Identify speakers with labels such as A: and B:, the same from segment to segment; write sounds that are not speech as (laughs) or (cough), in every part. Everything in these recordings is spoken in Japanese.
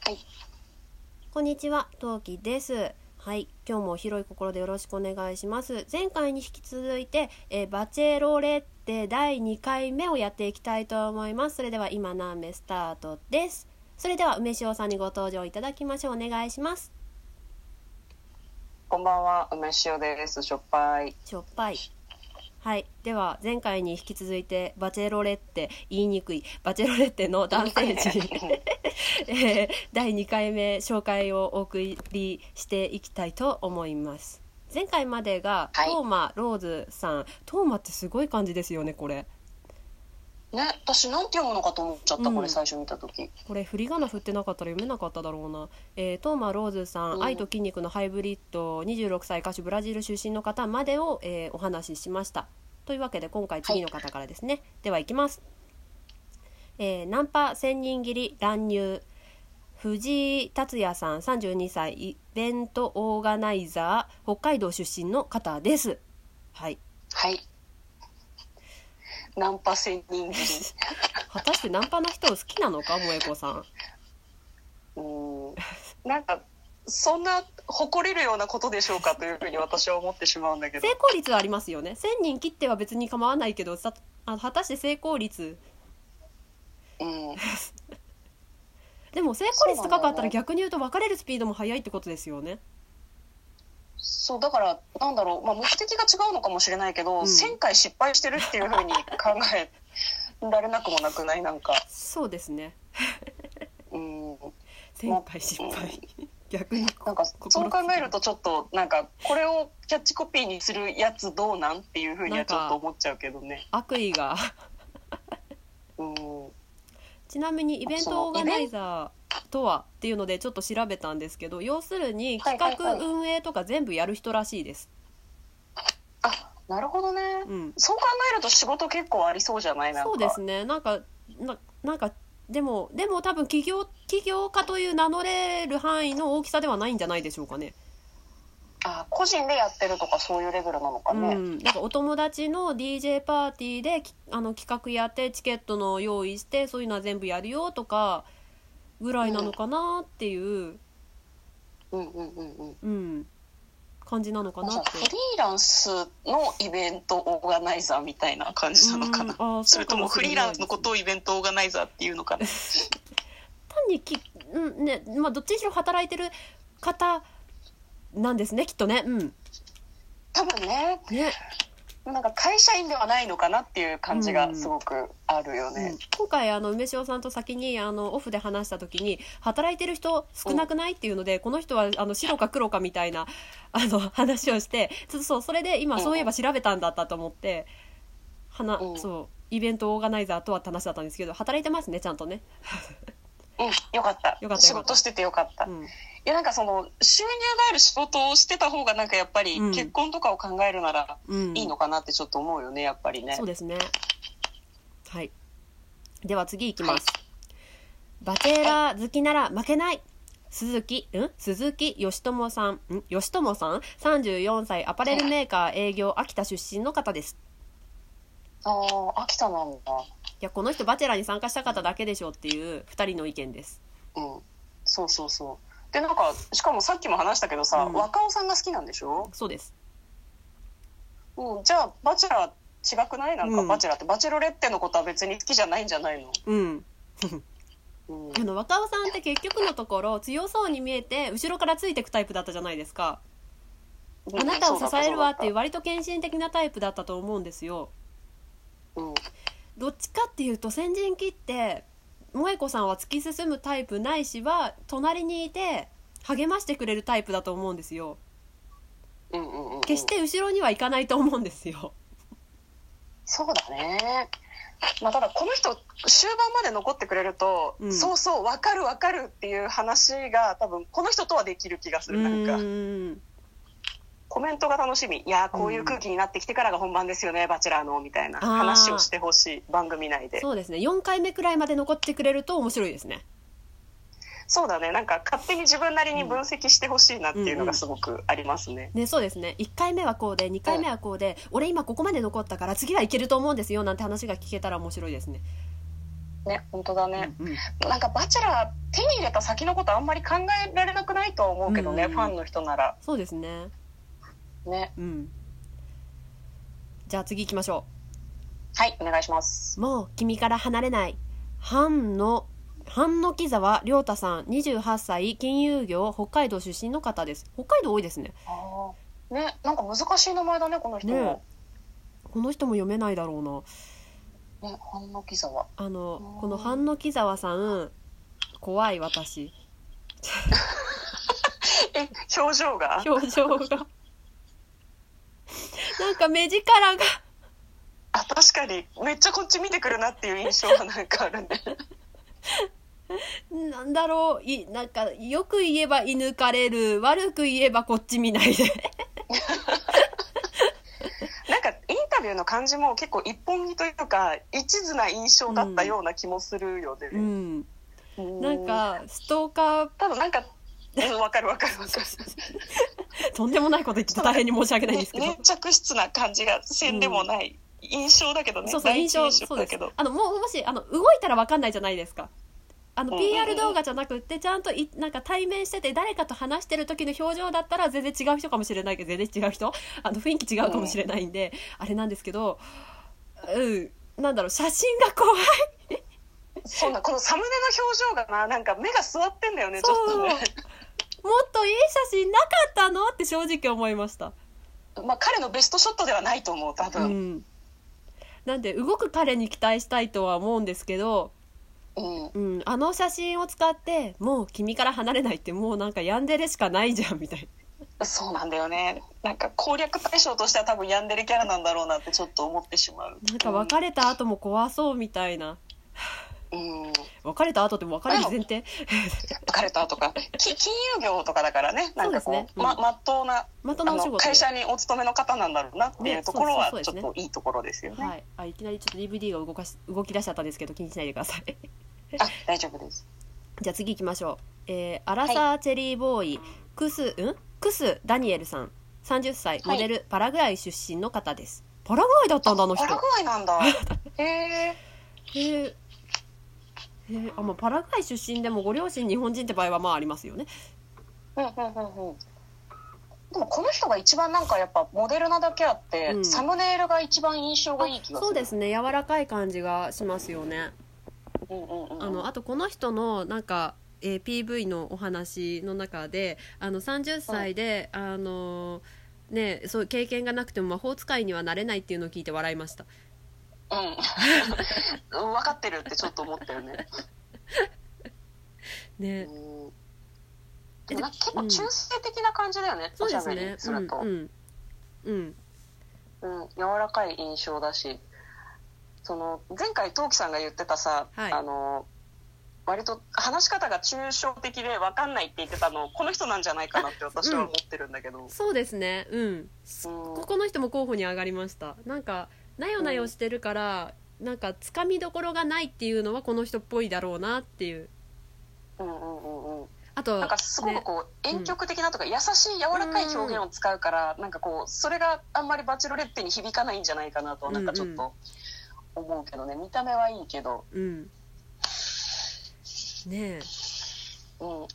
A: はい
B: こんにちは、トウキです。はい、今日も広い心でよろしくお願いします。前回に引き続いて、えーバチェロレッテ第2回目をやっていきたいと思います。それでは今何目スタートです。それでは梅塩さんにご登場いただきましょう。お願いします。
A: こんばんは梅塩ですしょっぱい
B: しょっぱい。はい、では前回に引き続いてバチェロレッテ言いにくいバチェロレッテの男
A: (laughs)
B: 性陣 (laughs) えー第2回目紹介をお送りしていきたいと思います前回までが、
A: はい
B: トーマローズさんトーマってすごい感じですよねこれ
A: ね私なんて読むのかと思っちゃった、
B: うん
A: これ最初見た時
B: これ振り仮名振ってなかったら読めなかっただろうな、えートーマ・ローズさん、
A: うん
B: 愛と筋肉のハイブリッド26歳歌手ブラジル出身の方までを、えーお話ししましたというわけで今回次の方からですね、ではいきます、えーナンパ千人斬り乱入藤井達也さん32歳イベントオーガナイザー北海道出身の方ですはい
A: はいナンパ千 (laughs) 人斬
B: 果たしてナンパの人を好きなのか萌子さん
A: りうんなんかそんな誇れるようなことでしょうかというふうに私は思ってしまうんだけど
B: 成功率はありますよね1000人切っては別に構わないけどさあ果たして成功率
A: うん
B: でも成功率高かった
A: そうだ
B: ら
A: ね
B: 逆に言うと別れるスピードも速いってことですよね
A: そうだからなんだろう、まあ、目的が違うのかもしれないけど、
B: うん
A: 1000回失敗してるっていうふうに考えられなくもなくないなんか
B: そうですね
A: うん
B: 1000回失敗逆に
A: なんかそう考える
B: と
A: とちょっとなんかこれをキャッチコピーにするやつどうなんっていうふうにはちょっと思っちゃうけどね。
B: 悪意が
A: うん、
B: ちなみにイベントオーガナイザーとはっていうのでちょっと調べたんですけど要するに
A: はい
B: 企
A: はいはい
B: 画運営とか全部やる人らしいです、
A: あなるほどね。
B: うん
A: そう考えると仕事結構ありそうじゃないなんか。
B: そうですねなんかななんかでもでも多分起業起業家という名乗れる範囲の大きさではないんじゃないでしょうかね
A: あ個人でやってるとかそういうレベルなのか
B: う
A: ね。
B: ん、なんかお友達の DJ パーティーできあの企画やってチケットの用意してそういうのは全部やるよとかぐらいなのかなっていう、
A: うんうんうんうん。
B: うん、感じなのか
A: じ
B: な
A: ゃ
B: っ
A: あ
B: て
A: フ。リーランスのイベントオーガナイザーみたいな感じなのかな。
B: うんあー
A: (laughs) それとも
B: そうか
A: フ
B: し
A: リ
B: れな
A: ー
B: い
A: ランスのことをイベントオーガナイザーっていうのかな。
B: 単にき、うんねまあ、どっちにしろ働いてる方なんですねきっとね。うん、
A: 多分ね、
B: ね
A: なんか会社員ではないのかなっていう感じがすごくあるよ
B: う
A: ね
B: ん。今回あの梅塩さんと先にあのオフで話した時に働いてる人少なくないっていうのでこの人はあの白か黒かみたいなあの話をしてちょっとそうそれで今
A: うん
B: そういえば調べたんだったと思ってはな
A: うん
B: そうイベントオーガナイザーとはって話だったんですけど働いてますねちゃんとね。
A: うん、よかった。
B: よかった
A: 仕事しててよかった。
B: う
A: い
B: ん
A: や、なんかその、収入がある仕事をしてた方が、なんかやっぱり
B: うん、
A: 結婚とかを考えるなら、
B: うん、
A: いいのかなってちょっと思うよね、やっぱりね
B: そう。ですね。はい。では次いきます。バチェラー好きなら負けない。鈴木、ん鈴木義友さん、ん義友さん ?34 歳、アパレルメーカー営業、秋田出身の方です。
A: ああ、秋田なんだ。
B: いや、この人バチェラーに参加した方だけでしょうっていう二人の意見です。
A: うん。そうそうそう。で、なんか、しかもさっきも話したけどさ、
B: うん
A: 若尾さんが好きなんでしょ
B: そうです。
A: うん、じゃあ、バチェラー違くないなんか、
B: うん
A: バチェラーって、バチェロレッテのことは別に好きじゃないんじゃないの
B: うん。
A: うん。
B: あの、若尾さんって結局のところ強そうに見えて、後ろからついてくタイプだったじゃないですか。あなたを支えるわっていう割と献身的なタイプだったと思うんですよ。
A: うん。
B: どっちかっていうと先陣切って萌子さんは突き進むタイプないしは隣にいて励ましてくれるタイプだと思うんですよ
A: うんうんうん。
B: 決して後ろには行かないと思うんですよ
A: そうだね。まあ、ただこの人終盤まで残ってくれると、
B: うん
A: そうそう分かる分かるっていう話が多分この人とはできる気がす
B: う
A: るなんか
B: ーん
A: コメントが楽しみいやーこういう空気になってきてからが本番ですよね、バチェラーのみたいな
B: あー
A: 話をしてほしい番組内でそう
B: そうですね4回目くらいまで残ってくれると面白いですね
A: だねなんか勝手に自分なりに分析してほしいなっていうのがすごくありますね、
B: ねそうですね1回目はこうで2回目はこうで俺今ここまで残ったから次はいけると思うんですよなんて話が聞けたら面白いですね
A: ね本当だね、
B: うんうん
A: なんか「バチェラー」手に入れた先のことあんまり考えられなくないとは思うけどね、
B: うん
A: ファンの人なら
B: そうですね。
A: ね
B: うん。じゃあ次行きましょ
A: はいお願いします
B: う。もう君から離れない。半の半の木沢亮太さん、28歳、金融業、北海道出身の方です。北海道多いですね。
A: あーねなんか難しい名前だねこの人も
B: この人も読めないだろうな。
A: ねね半の木沢
B: あの
A: あー
B: この半の木沢さん怖い私
A: え表情が
B: 表情が (laughs) なんか目力が
A: あ確かにめっちゃこっち見てくるなっていう印象 (laughs) はなんかあるね
B: なんだろういなんかよく言えば射抜かれる悪く言えばこっち見ないで
A: なんかインタビューの感じも結構一本気というか一途な印象だったような気もするよ
B: う
A: ね、
B: ん
A: うん
B: なんかストーカー
A: ただなんかうんわかるわかるわかる
B: (laughs) とんでもないこと言って大変に申し訳ないんですけど、
A: ね、粘着質な感じがせんでもない、印象だけどね
B: そうそう
A: 第
B: 印
A: 一
B: 象そう
A: だ
B: で
A: け
B: す
A: ど
B: あのもうもしあの動いたらわかんないじゃないですかあの
A: うんうんうん
B: PR 動画じゃなくってちゃんといなんか対面してて誰かと話してる時の表情だったら全然違う人かもしれないけど全然違う人あの雰囲気違うかもしれないんで、あれなんですけどうんなんだろう写真が怖い
A: そうなこのサムネの表情がななんか目が座ってんだよねち
B: そ
A: ょ
B: う
A: っとね
B: もっといい写真なかったのって正直思いました
A: まあ彼のベストショットではないと思う多
B: う
A: 分、
B: んなんで動く彼に期待したいとは思うんですけど
A: うん
B: うん、あの写真を使ってもう君から離れないってもうなんかヤンデレしかないじゃんみたい
A: そうなんだよねなんか攻略対象としては多分ヤンデレキャラなんだろうなってちょっと思ってしまう
B: ななんか別れた後も怖そうみたいな
A: うん
B: 別れた後でも別れる前提
A: 別れたとかき金融業とかだからねなんかこう
B: そうですねうん
A: ままっとうな
B: まとも
A: あ
B: なお仕
A: の
B: 事
A: 会社にお勤めの方なんだろうなってい
B: ね
A: うところは
B: そうです
A: ち
B: そ
A: ょ
B: うですね
A: っといいところですよね
B: はい、あいきなりちょっと DVD が動かし動き出しちゃったんですけど気にしないで (laughs) ください
A: あ大丈夫です
B: じゃあ次行きましょう、えー、アラサーチェリーボーイ、クスんクスダニエルさん30歳モデル、パラグアイ出身の方ですパラグアイだったんだあの人
A: パラグアイな
B: (laughs)
A: んだへえ
B: へーへーあまあパラグアイ出身でもご両親日本人って場合はまあありますよね
A: うんうんうんうんでもこの人が一番なんかやっぱモデルなだけあって、
B: うん
A: サムネイルが一番印象がいい気がする
B: そうですね柔らかい感じがしますよね、
A: うんうんうんうん
B: あのあとこの人のなんか、えー PV のお話の中であの30歳で、あのねそういう経験がなくても魔法使いにはなれないっていうのを聞いて笑いました
A: うん (laughs) 分かってるってちょっと思ったよね。う
B: ね、
A: んでもなんか結構中性的な感じだよね、
B: そう
A: おし
B: で
A: ゃ
B: す
A: べり
B: ね
A: すると、
B: う
A: うん
B: んうん、うん、
A: 柔らかい印象だしその前回トウキさんが言ってたさ、
B: はい
A: あの割と話し方が抽象的で分かんないって言ってたのこの人なんじゃないかなって私は思ってるんだけど、
B: そうですねうん
A: うん
B: ここの人も候補に上がりましたなんかなよなよしてるから、なんかつかみどころがないっていうのはこの人っぽいだろうなっていう
A: うんうんうんうん
B: あと
A: なんかすごくこう、婉曲的なとか優しい柔らかい表現を使うから、なんかこうそれがあんまりバチェロレッテに響かないんじゃないかなとはなんかちょっと思うけどね見た目はいいけど、
B: うんねえ
A: うん、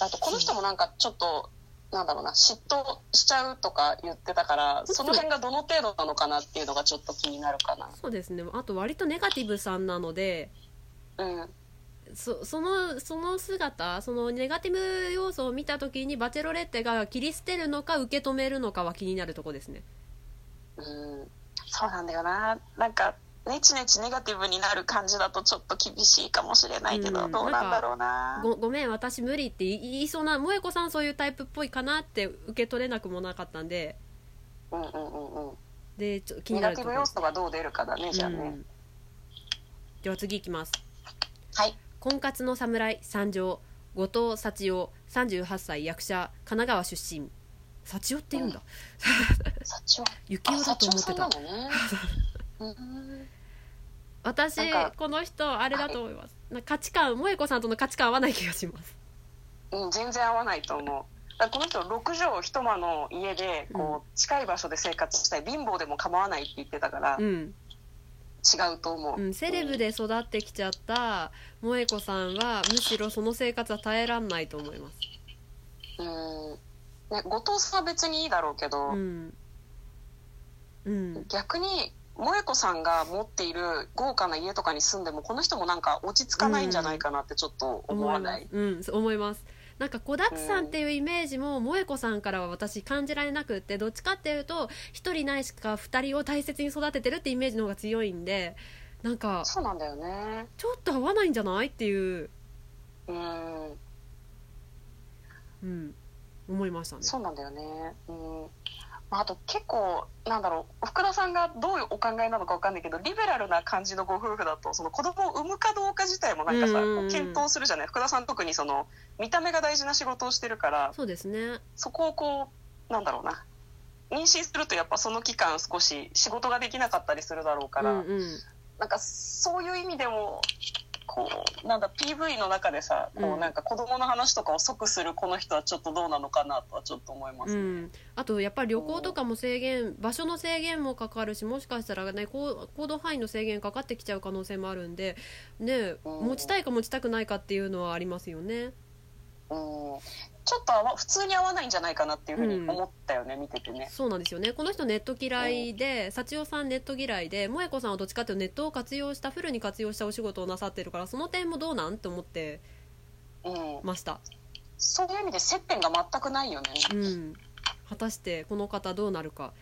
A: あとこの人もなんかちょっとなんだろうな嫉妬しちゃうとか言ってたからその辺がどの程度なのかなっていうのがちょっと気になるかな。
B: そうですねあと割とネガティブさんなので
A: うん
B: そそのその姿そのネガティブ要素を見た時にバチェロレッテが切り捨てるのか受け止めるのかは気になるとこですね
A: うん、そうなんだよななんかネチネチネガティブになる感じだとちょっと厳しいかもしれないけど、
B: うん
A: どうなんだろうな。
B: ごごめん私無理って言い言いそうな萌子さんそういうタイプっぽいかなって受け取れなくもなかったんで
A: うんうんうんうん
B: でちょ気
A: ネ
B: にな
A: ガ
B: る
A: テ
B: と
A: ィ
B: こ
A: ブ要素がどう出るかだね、じゃあ
B: う
A: ね。
B: ん、では次いきます
A: はい。
B: 婚活の侍参上後藤幸男38歳役者神奈川出身幸男って言うんだ、
A: 社長。
B: 幸
A: あ、
B: 男だ
A: 社
B: と
A: 長
B: 思っ
A: さ
B: て
A: んな
B: た (laughs)
A: のね。うん
B: 私
A: なんか
B: この人あれだと思います、なんか価値観萌子さんとの価値観合わない気がします
A: うん、全然合わないと思う。だからこの人6畳一間の家でこう近い場所で生活したい貧乏でも構わないって言ってたから、
B: うん
A: 違うと思う、
B: うん、セレブで育ってきちゃった萌子さんはむしろその生活は耐えらんないと思います。
A: うんね、後藤さんは別にいいだろうけど、
B: うん、うん、
A: 逆に萌子さんが持っている豪華な家とかに住んでもこの人もなんか落ち着かないんじゃないかなってちょっと思わない、
B: うん、そう思います。なんか子だくさんっていうイメージも萌子さんからは私感じられなくってどっちかっていうと一人ないしか二人を大切に育ててるってイメージの方が強いんでなんか
A: そうなんだよね
B: ちょっと合わないんじゃないっていう、
A: うん
B: うん、思いましたね。
A: そうなんだよねうんまああと結構なんだろう福田さんがどういうお考えなのかわかんないけどリベラルな感じのご夫婦だとその子供を産むかどうか自体もなんかさ、
B: うんうんうん
A: こう検討するじゃない福田さん特にその見た目が大事な仕事をしてるから
B: そうですね。
A: そこをこうなんだろうな妊娠するとやっぱその期間少し仕事ができなかったりするだろうから、
B: うんうん、
A: なんかそういう意味でもこうなんだ PV の中でさこ
B: うん
A: うなんか子供の話とかを即するこの人はちょっとどうなのかなとはちょっと思いま
B: う
A: すね。
B: ん、あとやっぱり旅行とかも制限場所の制限もかかるしもしかしたらね行行動範囲の制限かかってきちゃう可能性もあるんで、ね、
A: うん
B: 持ちたいか持ちたくないかっていうのはありますよね。
A: うんちょっと合わ普通に合わないんじゃないかなっていうふうに思ったよね、見ててね。
B: そうなんですよねこの人ネット嫌いで幸代さんネット嫌いで萌子さんはどっちかっていうとネットを活用したフルに活用したお仕事をなさってるからその点もどうなんって思って
A: うん、
B: ました、
A: そういう意味で接点が全くないよね。
B: うん、果たしてこの方どうなるか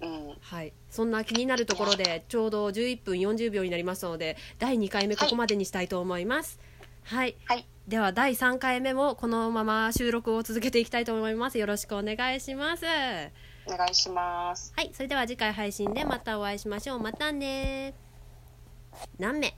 A: うん、
B: はい、そんな気になるところでちょうど11分40秒になりましたので第2回目ここまでにしたいと思います。はい、
A: はい
B: では第3回目もこのまま収録を続けていきたいと思います。よろしくお願いします。は
A: お願いします。
B: い、それでは次回配信でまたお会いしましょう。またね。何名